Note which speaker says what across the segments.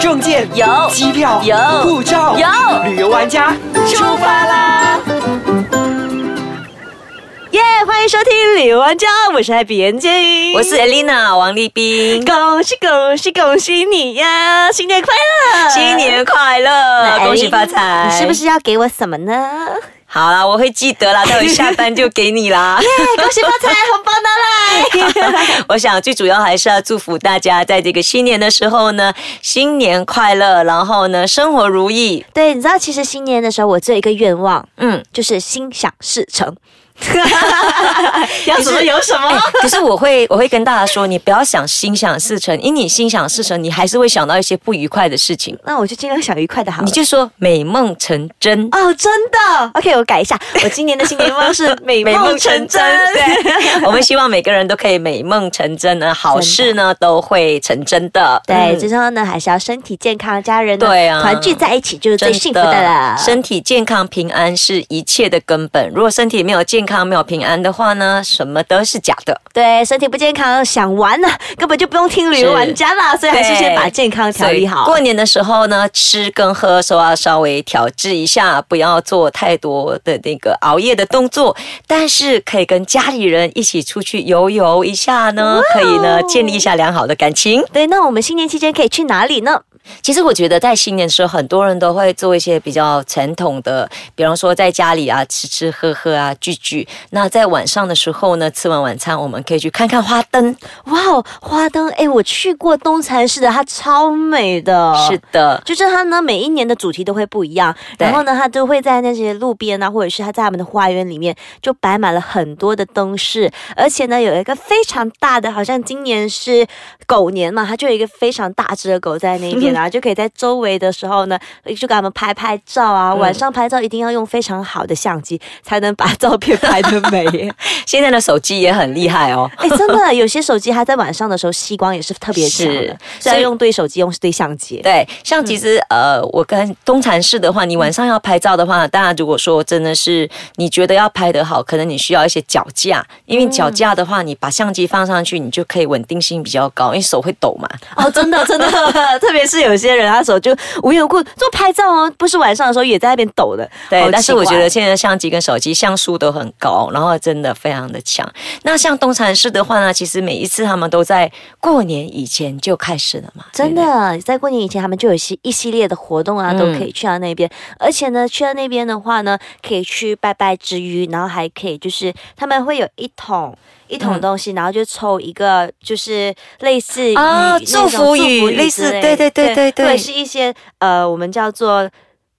Speaker 1: 证件
Speaker 2: 有
Speaker 1: 机票
Speaker 2: 有
Speaker 1: 护照
Speaker 2: 有
Speaker 1: 旅游玩家
Speaker 2: 出发啦！
Speaker 3: 耶欢迎收听《旅游玩家》，我是 Happy 眼睛，
Speaker 2: 我是 Elena 王立斌，
Speaker 3: 恭喜恭喜恭喜你呀！新年快乐，
Speaker 2: 新年快乐，
Speaker 3: 那
Speaker 2: 恭喜
Speaker 3: Elena，
Speaker 2: 发财！
Speaker 3: 哎你是不？是要给我什么呢？
Speaker 2: 好啦，我会记得啦，待会下班就给你 啦。
Speaker 3: 哎恭喜发财，红包拿来！
Speaker 2: 我想最主要还是要祝福大家，在这个新年的时候呢，新年快乐，然后呢，生活如意。
Speaker 3: 对，你知道其实新年的时候，我只有一个愿望，
Speaker 2: 嗯，
Speaker 3: 就是心想事成。
Speaker 2: 要什么
Speaker 3: 有什
Speaker 2: 哎？可是我会我会跟大家说，你不要想心想事成，因为你心想事成，你还是会想到一些不愉快的事情。
Speaker 3: 那我就尽量想愉快的好了。
Speaker 2: 你就说美梦成真。
Speaker 3: 哦，真的？OK，我改一 下，我今年的新年愿望是美梦成真。
Speaker 2: 对，我们希望每个人都可以美梦成真呢，好事呢都会成真的。
Speaker 3: 对，
Speaker 2: 嗯
Speaker 3: 最重要呢，还是要身体健康，家人呢
Speaker 2: 对啊
Speaker 3: 团聚在一起就是最
Speaker 2: 真
Speaker 3: 幸福的了。
Speaker 2: 身体健康平安是一切的根本。如果身体没有健康、没有平安的话呢，什么都是假的。
Speaker 3: 对身体不健康，想玩呢，根本就不用听旅游玩家啦，所以还是先把健康调理
Speaker 2: 所
Speaker 3: 好。
Speaker 2: 以过年的时候呢，吃跟喝都要稍微调制一下，不要做太多的那个熬夜的动作。但是可以跟家里人一起出去游游一下
Speaker 3: 哦
Speaker 2: 呢，可以呢建立一下良好的感情。
Speaker 3: 对，那我们新年期间可以去哪里呢？
Speaker 2: 其实我觉得在新年的时候，很多人都会做一些比较传统的，比方说在家里啊吃吃喝喝啊聚聚。那在晚上的时候呢，吃完晚餐，我们可以去看看花 灯。
Speaker 3: 哇哦，花灯！哎，我去过东禅寺的，它超美的。
Speaker 2: 是的，
Speaker 3: 就是它呢，每一年的主题都会不一样，
Speaker 2: 对
Speaker 3: 然后呢，它就会在那些路边啊，或者是它在他们的花园里面，就摆满了很多的灯饰，而且呢，有一个非常大的，好像今年是狗年嘛，它就有一个非常大只的狗在那边 啊，就可以在周围的时候呢，就给他们拍拍照啊。
Speaker 2: 嗯
Speaker 3: 晚上拍照一定要用非常好的相机，才能把照片拍得美 耶。
Speaker 2: 现在的手机也很厉害哦。
Speaker 3: 哎，真的，有些手机它在晚上的时候吸光也是特别强
Speaker 2: 是
Speaker 3: 的，
Speaker 2: 所
Speaker 3: 所
Speaker 2: 以
Speaker 3: 以要用对手机，用对相机。
Speaker 2: 对，像其实、呃，我跟东禅寺的话，你晚上要拍照的话，当然如果说真的是你觉得要拍得好，可能你需要一些脚架，因为
Speaker 3: 嗯
Speaker 2: 脚架的话，你把相机放上去，你就可以稳定性比较高，因为手会抖嘛。
Speaker 3: 哦，真的 真的，特别是有些人他手就无缘无故做拍照哦，不是晚上的时候也在那边抖的。 好
Speaker 2: 对，
Speaker 3: 奇
Speaker 2: 但是我
Speaker 3: 怪
Speaker 2: 觉得现在相机跟手机像素都很高，然后真的非常的强。那像东禅寺的话呢，其实每一次他们都在过年以前就开始了嘛，
Speaker 3: 真
Speaker 2: 对不对。
Speaker 3: 的在过年以前，他们就有一些一系列的活动啊，
Speaker 2: 嗯
Speaker 3: 都可以去到那边。而且呢，去到那边的话呢，可以去拜拜之余，然后还可以就是他们会有一桶。一桶
Speaker 2: 嗯
Speaker 3: 东西，然后就抽一个，就是类似
Speaker 2: 啊
Speaker 3: 那
Speaker 2: 祝
Speaker 3: 种
Speaker 2: 福语
Speaker 3: 之
Speaker 2: 类似
Speaker 3: 类
Speaker 2: 对对对对对
Speaker 3: 或者是一些呃，我们叫做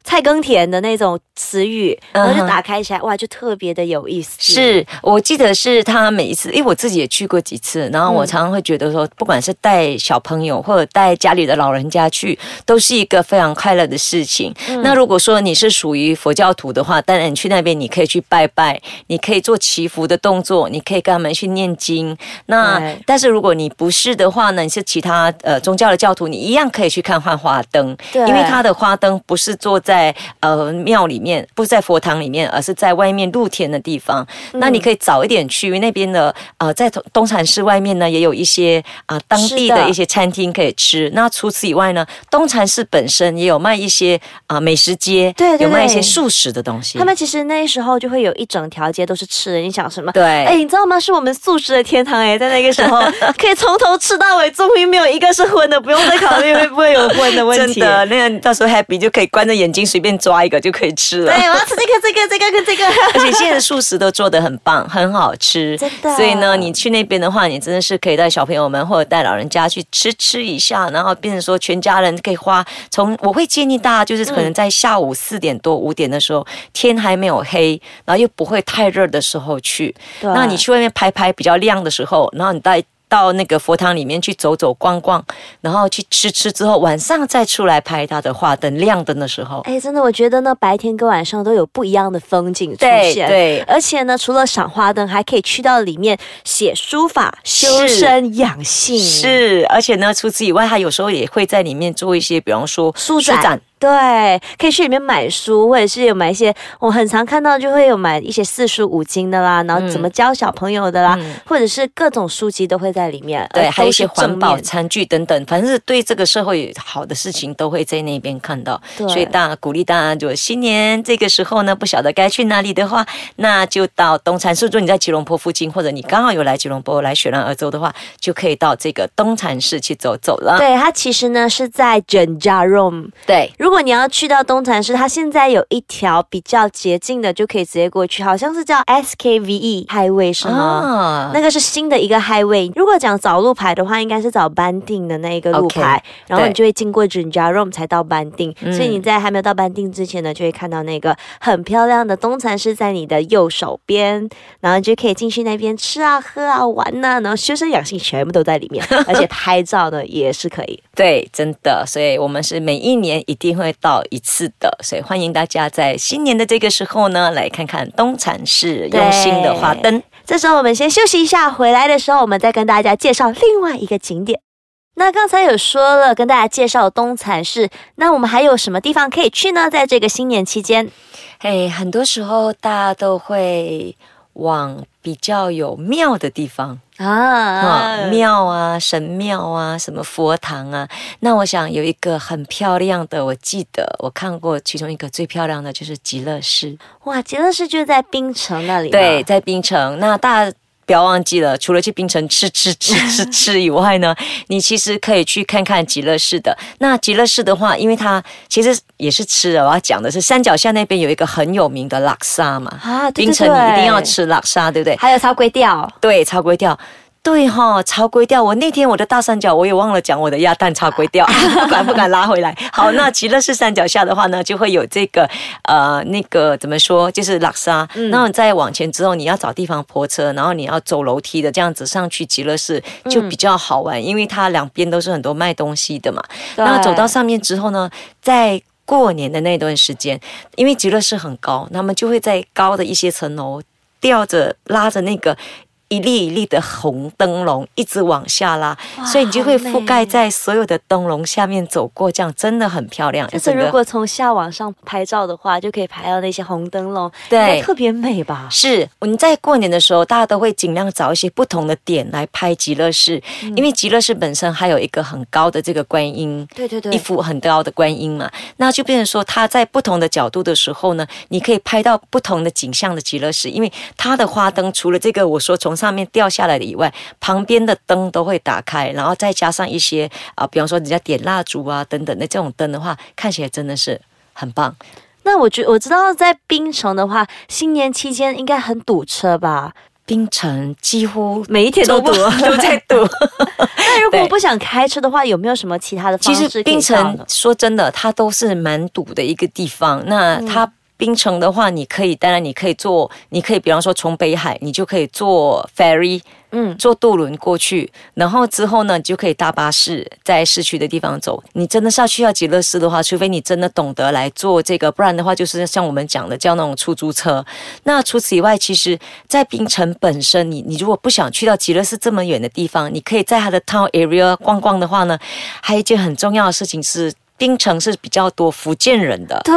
Speaker 3: 菜耕田的那种词语，然后
Speaker 2: 嗯哼
Speaker 3: 就打开起来，哇，就特别的有意思。
Speaker 2: 是我记得是他每一次，因为我自己也去过几次，然后我
Speaker 3: 嗯
Speaker 2: 常常会觉得说，不管是带小朋友或者带家里的老人家去，都是一个非常快乐的事情。
Speaker 3: 嗯
Speaker 2: 那如果说你是属于佛教徒的话，当然你去那边你可以去拜拜，你可以做祈福的动作，你可以跟他们去念经。那
Speaker 3: 对
Speaker 2: 但是如果你不是的话呢，你是其他呃宗教的教徒，你一样可以去看幻花灯，
Speaker 3: 对
Speaker 2: 因为它的花灯不是坐在呃庙里面，不是在佛堂里面，而是在外面露天的地方。
Speaker 3: 嗯
Speaker 2: 那你可以早一点去，因为那边的呃在东东禅寺外面呢，也有一些啊、当地
Speaker 3: 是
Speaker 2: 的
Speaker 3: 的
Speaker 2: 一些餐厅可以吃。那除此以外呢，东禅寺本身也有卖一些啊、美食街，
Speaker 3: 对对
Speaker 2: 有卖一些
Speaker 3: 对
Speaker 2: 素食的东西。
Speaker 3: 他们其实那时候就会有一整条街都是吃的，你想什么？
Speaker 2: 对，
Speaker 3: 哎，你知道吗？是我们素食的天堂哎，在那个时 候可以从头吃到尾，终于没有一个是荤的，不用再考虑会不会有荤的问
Speaker 2: 真
Speaker 3: 题。
Speaker 2: 的，那个到时候 happy 就可以关着眼睛随便抓一个就可以吃
Speaker 3: 对，
Speaker 2: 了。
Speaker 3: 我要吃这个、这个、这个跟这个。
Speaker 2: 而且现在的素食都做得很棒，很好吃，
Speaker 3: 真的
Speaker 2: 所以呢，你去那边的话，你真的是可以带小朋友们或者带老人家去吃吃一下，然后变成说全家人可以花从我会建议大家就是可能在下午四点多五点的时候，天还没有黑，然后又不会太热的时候去。
Speaker 3: 对
Speaker 2: 那你去外面拍拍比较亮的时候，然后你带。到那个佛堂里面去走走逛逛，然后去吃吃之后，晚上再出来拍它的话，等亮灯的时候，
Speaker 3: 哎，真的，我觉得呢，白天跟晚上都有不一样的风景出
Speaker 2: 对
Speaker 3: 现。
Speaker 2: 对
Speaker 3: 而且呢，除了赏花灯，还可以去到里面写书法、修
Speaker 2: 是
Speaker 3: 身养性。。
Speaker 2: 是，而且呢，除此以外，他有时候也会在里面做一些，比方说
Speaker 3: 书展
Speaker 2: 展
Speaker 3: 对，可以去里面买书，或者是有买一些，我很常看到就会有买一些四书五经的啦，然后
Speaker 2: 嗯
Speaker 3: 怎么教小朋友的啦，或者是各种书籍都会在里面。
Speaker 2: 对，
Speaker 3: 而
Speaker 2: 还有一
Speaker 3: 呃都是
Speaker 2: 些环
Speaker 3: 正
Speaker 2: 保
Speaker 3: 面
Speaker 2: 餐具等等，反正是对这个社会好的事情都会在那边看到。
Speaker 3: 对
Speaker 2: 所以大鼓励大家，如果新年这个时候呢，不晓得该去哪里的话，那就到东产。是如果你在吉隆坡附近，或者你刚好有来吉隆坡来雪兰莪州的话，就可以到这个东产市去走走了。
Speaker 3: 对，它其实呢是在 Jenjarom。
Speaker 2: 对
Speaker 3: 如果你要去到东禅寺，它现在有一条比较捷径的，就可以直接过去，好像是叫 SKVE E highway 是吗？
Speaker 2: 啊
Speaker 3: 那个是新的一个 highway。如果讲找路牌的话，应该是找班定的那一个路
Speaker 2: OK，
Speaker 3: 牌然后
Speaker 2: 对
Speaker 3: 你就会经过 j i n j a r o m 才到班定。所以你在还没有到班定之前呢，就会看到那个很漂亮的东禅寺在你的右手边，然后你就可以进去那边吃啊、喝啊、玩呐、然后修身养性全部都在里面，而且拍照呢也是可以。
Speaker 2: 对，真的，所以我们是每一年一定会到一次的，所以欢迎大家在新年的这个时候呢，来看看东产市
Speaker 3: 对
Speaker 2: 用心的花灯。
Speaker 3: 这时候我们先休息一下，回来的时候我们再跟大家介绍另外一个景点。那刚才有说了，跟大家介绍东禅寺，那我们还有什么地方可以去呢？在这个新年期间，
Speaker 2: 嘿很多时候大家都会往比较有庙的地方啊，
Speaker 3: 啊，
Speaker 2: 庙啊、神庙啊、什么佛堂啊。那我想有一个很漂亮的，我记得我看过其中一个最漂亮的就是极乐寺，
Speaker 3: 哇，极乐寺就在槟城那里，
Speaker 2: 对，，在槟城。那大家。不要忘记了，除了去槟城吃吃吃吃吃以外呢， 你其实可以去看看极乐寺的。那极乐寺的话，因为它其实也是吃的，我要讲的是山脚下那边有一个很有名的拉萨嘛，
Speaker 3: 啊，对
Speaker 2: 冰城你一定要，
Speaker 3: 对
Speaker 2: 吃拉沙，对不对
Speaker 3: 对？还有超龟调，
Speaker 2: 对，超龟掉。对哈、超龟掉！我那天我的大三角，我也忘了讲我的鸭蛋超龟掉，不敢不敢拉回来。好，那极乐寺山脚下的话呢，就会有这个呃那个怎么说，就是拉沙。那你再往前之后，你要找地方泊车，然后你要走楼梯的这样子上去极乐寺就比较好玩，因为它两边都是很多卖东西的嘛。那
Speaker 3: 对
Speaker 2: 走到上面之后呢，在过年的那段时间，因为极乐室很高，他们就会在高的一些层楼吊着拉着那个。一粒一粒的红灯笼一直往下拉，所以你就会覆盖在所有的灯笼下面走过，这样真的很漂亮。
Speaker 3: 就是
Speaker 2: 整个
Speaker 3: 如果从下往上拍照的话，就可以拍到那些红灯笼，
Speaker 2: 对
Speaker 3: 应该特别美吧？
Speaker 2: 是你在过年的时候，大家都会尽量找一些不同的点来拍极乐室，因为极乐室本身还有一个很高的这个观音，
Speaker 3: 对对对
Speaker 2: 一幅很高的观音嘛，那就变成说，它在不同的角度的时候呢，你可以拍到不同的景象的极乐石，因为它的花灯除了这个我说从上面掉下来的以外，旁边的灯都会打开，然后再加上一些啊、比方说人家点蜡烛啊等等的这种灯的话，看起来真的是很棒。
Speaker 3: 那我觉我知道在槟城的话，新年期间应该很堵车吧？
Speaker 2: 冰城几乎
Speaker 3: 每一天 都堵
Speaker 2: 都在堵。
Speaker 3: 那如果
Speaker 2: 对
Speaker 3: 我不想开车的话，有没有什么其他的方
Speaker 2: 其
Speaker 3: 式
Speaker 2: 实
Speaker 3: 可以
Speaker 2: 槟
Speaker 3: 到
Speaker 2: 城
Speaker 3: 呢？
Speaker 2: 说真的，它都是蛮堵的一个地方。
Speaker 3: 嗯
Speaker 2: 那它、槟城的话，你可以，当然你可以坐，你可以比方说从北海，你就可以坐 ferry，
Speaker 3: 嗯，
Speaker 2: 坐渡轮过去，然后之后呢，你就可以搭巴士在市区的地方走。你真的是要去到极乐寺的话，除非你真的懂得来做这个，不然的话就是像我们讲的叫那种出租车。那除此以外，其实，在槟城本身，你你如果不想去到极乐寺这么远的地方，你可以在它的 town area 逛逛的话呢，还有一件很重要的事情是，槟城是比较多福建人的。
Speaker 3: 对，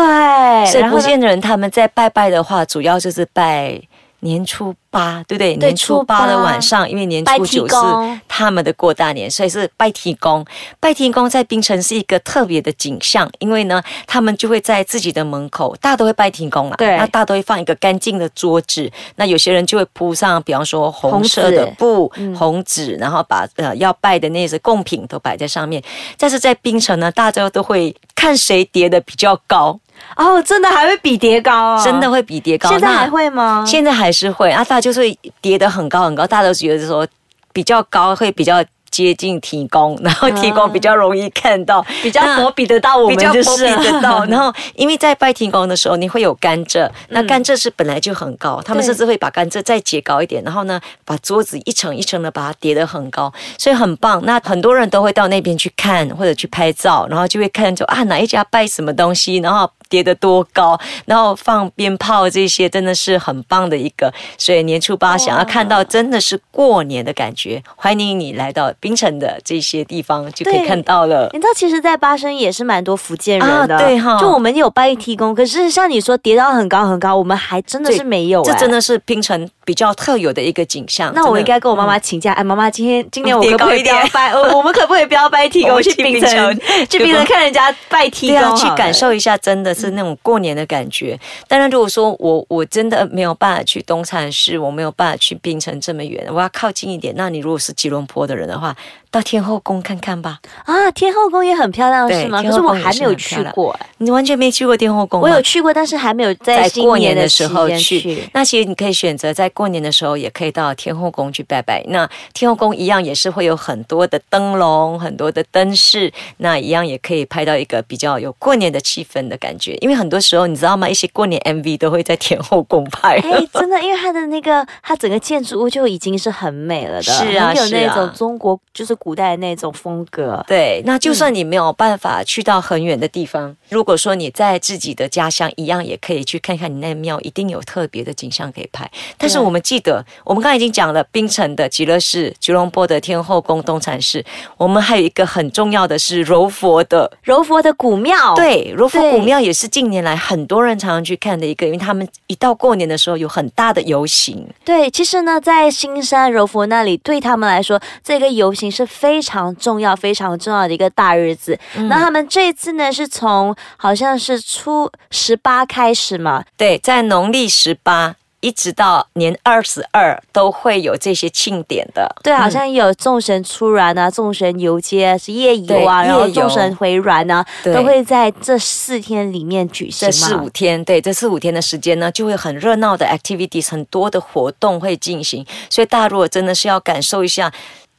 Speaker 2: 所以
Speaker 3: 然后
Speaker 2: 福
Speaker 3: 呢
Speaker 2: 建人他们在拜拜的话，主要就是拜年初八，对不对？
Speaker 3: 对
Speaker 2: 年初八的
Speaker 3: 初八
Speaker 2: 晚上，因为年
Speaker 3: 拜
Speaker 2: 初
Speaker 3: 提
Speaker 2: 九是
Speaker 3: 公
Speaker 2: 他们的过大年，所以是拜提公。拜提公在槟城是一个特别的景象，因为呢，他们就会在自己的门口，大家都会拜提公啦。
Speaker 3: 对
Speaker 2: 那大家都会放一个干净的桌子，那有些人就会铺上，比方说
Speaker 3: 红
Speaker 2: 红色的
Speaker 3: 纸嗯
Speaker 2: 布、红纸，然后把呃要拜的那些贡品都摆在上面。但是在槟城呢，大家都会看谁叠的比较高。
Speaker 3: 哦，真的还会比叠高啊、
Speaker 2: 真的。会比叠高。
Speaker 3: 现在
Speaker 2: 那
Speaker 3: 还会吗？
Speaker 2: 现在还是会啊，大家就是叠得很高很高，大家都觉得说比较高会比较接近提供，然后提供比较容易看到，
Speaker 3: 嗯比较
Speaker 2: 那
Speaker 3: 佛比得到我
Speaker 2: 比
Speaker 3: 们
Speaker 2: 较
Speaker 3: 就
Speaker 2: 不比
Speaker 3: 是了
Speaker 2: 得到。然后，因为在拜天宫的时候，你会有甘蔗，那甘蔗是本来就很高，他们
Speaker 3: 嗯对
Speaker 2: 甚至会把甘蔗再叠高一点，然后呢，把桌子一层一层的把它叠得很高，所以很棒。那很多人都会到那边去看或者去拍照，然后就会看着啊哪一家拜什么东西，然后。叠得多高，然后放鞭炮这些真的是很棒的一个。所以年初八想
Speaker 3: 哦
Speaker 2: 要看到真的是过年的感觉，欢迎你来到槟城的这些地方就可以
Speaker 3: 对
Speaker 2: 看到了。
Speaker 3: 你知道，其实，在巴生也是蛮多福建人的，
Speaker 2: 啊对哈
Speaker 3: 就我们有帮提供，可是像你说跌到很高很高，我们还真的是没有、
Speaker 2: 这
Speaker 3: 哎
Speaker 2: 真。的是槟城比较特有的一个景象。
Speaker 3: 那我
Speaker 2: 真
Speaker 3: 应
Speaker 2: 的
Speaker 3: 该跟我妈妈请假，哎，妈妈，今天今年我
Speaker 2: 跌
Speaker 3: 可不可
Speaker 2: 高
Speaker 3: 以
Speaker 2: 一
Speaker 3: 不
Speaker 2: 点
Speaker 3: 要 拜？呃，我们可不可以不要拜提
Speaker 2: 我
Speaker 3: 供
Speaker 2: 们
Speaker 3: 去
Speaker 2: 去
Speaker 3: 槟
Speaker 2: 槟
Speaker 3: 城
Speaker 2: 城，
Speaker 3: 去
Speaker 2: 对
Speaker 3: 槟城
Speaker 2: 吧
Speaker 3: 看人家拜提
Speaker 2: 对
Speaker 3: 供
Speaker 2: 啊，
Speaker 3: 好了，
Speaker 2: 去感受一下，真的是那种过年的感觉。当然，如果说我我真的没有办法去东禅寺，我没有办法去槟城这么远，我要靠近一点。那你如果是吉隆坡的人的话，到天后宫看看吧。
Speaker 3: 啊！天后宫也很漂亮，
Speaker 2: 对
Speaker 3: 是吗？可
Speaker 2: 天后
Speaker 3: 是我
Speaker 2: 宫也
Speaker 3: 还
Speaker 2: 是
Speaker 3: 没有
Speaker 2: 很
Speaker 3: 去
Speaker 2: 漂亮
Speaker 3: 过，哎
Speaker 2: 你完全没去过天后宫吗？
Speaker 3: 我有去过，但是还没有在
Speaker 2: 在
Speaker 3: 新
Speaker 2: 过年
Speaker 3: 的
Speaker 2: 的时候
Speaker 3: 期间
Speaker 2: 去。那其实你可以选择在过年的时候，也可以到天后宫去拜拜。那天后宫一样也是会有很多的灯笼、很多的灯饰，那一样也可以拍到一个比较有过年的气氛的感觉。因为很多时候你知道吗？一些过年 MV 都会在天后宫拍。
Speaker 3: 哎，真的，因为它的那个，它整个建筑物就已经是很美了的，
Speaker 2: 是啊
Speaker 3: 很有那
Speaker 2: 是啊
Speaker 3: 种中国就是古代的那种风格。
Speaker 2: 对，那就算你没有办法去到很远的地方，
Speaker 3: 嗯
Speaker 2: 如果说你在自己的家乡，一样也可以去看看你那庙，一定有特别的景象可以拍。但是
Speaker 3: 对
Speaker 2: 我们记得，我们刚才已经讲了槟城的极乐寺、吉隆坡的天后宫、东禅寺，我们还有一个很重要的是柔佛的，
Speaker 3: 柔佛的古庙，，
Speaker 2: 对，柔佛
Speaker 3: 哦对
Speaker 2: 古庙也是近年来很多人常常去看的一个，因为他们一到过年的时候有很大的游行。
Speaker 3: 对，其实呢，在新山柔佛那里，对他们来说，这个游行是非常重要、非常重要的一个大日子。
Speaker 2: 嗯
Speaker 3: 那他们这一次呢，是从好像是初十八开始嘛，
Speaker 2: 对，在农历十八。一直到年二十二都会有这些庆典的，嗯
Speaker 3: 对，啊好像有众神出銮啊、众神游街啊、是夜游啊，
Speaker 2: 对
Speaker 3: 然后
Speaker 2: 夜游
Speaker 3: 众神回銮啊，
Speaker 2: 对
Speaker 3: 都会在这四天里面举行
Speaker 2: 这
Speaker 3: 嘛。
Speaker 2: 四五天，对，这四五天的时间呢，就会很热闹的 activities，很多的活动会进行。所以大家如果真的是要感受一下，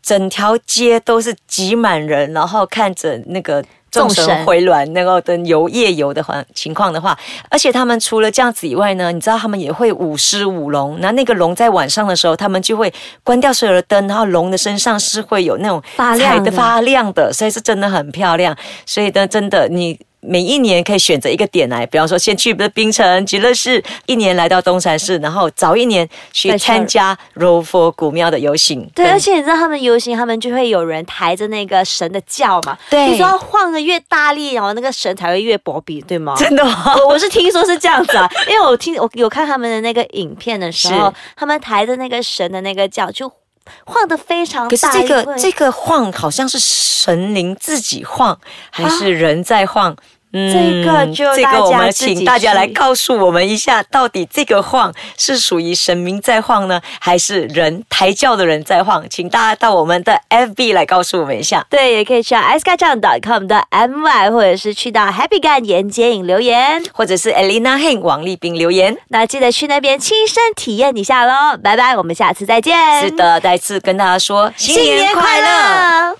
Speaker 2: 整条街都是挤满人，然后看着那个。众
Speaker 3: 众神
Speaker 2: 神回銮，那个的游夜游的环情况的话，而且他们除了这样子以外呢，你知道他们也会舞狮舞龙。那那个龙在晚上的时候，他们就会关掉所有的灯，然后龙的身上是会有那种
Speaker 3: 发亮
Speaker 2: 彩
Speaker 3: 的
Speaker 2: 的发亮的，所以是真的很漂亮。所以呢，真的你。每一年可以选择一个点来，比方说先去槟城、极乐寺，一年来到东山市，然后早一年去
Speaker 3: 再去
Speaker 2: 参加柔佛古庙的游行。
Speaker 3: 对，
Speaker 2: 跟
Speaker 3: 而且你知道他们游行，他们就会有人抬着那个神的轿嘛，
Speaker 2: 对
Speaker 3: 你说要晃的越大力，然后那个神才会越薄饼，对吗？
Speaker 2: 真的吗？
Speaker 3: 我我是听说是这样 子啊，因为我听我有看他们的那个影片的时候
Speaker 2: 是，
Speaker 3: 他们抬着那个神的那个轿就晃得非常大，
Speaker 2: 可是这
Speaker 3: 因
Speaker 2: 个
Speaker 3: 为
Speaker 2: 这个晃好像是神灵自己晃，还是人在晃？嗯
Speaker 3: 啊这个就
Speaker 2: 这
Speaker 3: 大
Speaker 2: 个我
Speaker 3: 家
Speaker 2: 们
Speaker 3: 自己
Speaker 2: 请大家
Speaker 3: 去
Speaker 2: 来告诉我们一下，到底这个晃是属于神明在晃呢，还是人抬轿的人在晃？请大家到我们的 FB 来告诉我们一下。
Speaker 3: 对，也可以去到 s k a c a n c o m 的 my，或者是去到 Happy Gun 言接影留言，
Speaker 2: 或者是 Elena Heng 王丽斌留言。
Speaker 3: 那记得去那边亲身体验一下喽。拜拜，我们下次再见。
Speaker 2: 是，的，再次跟大家说
Speaker 3: 新年快乐。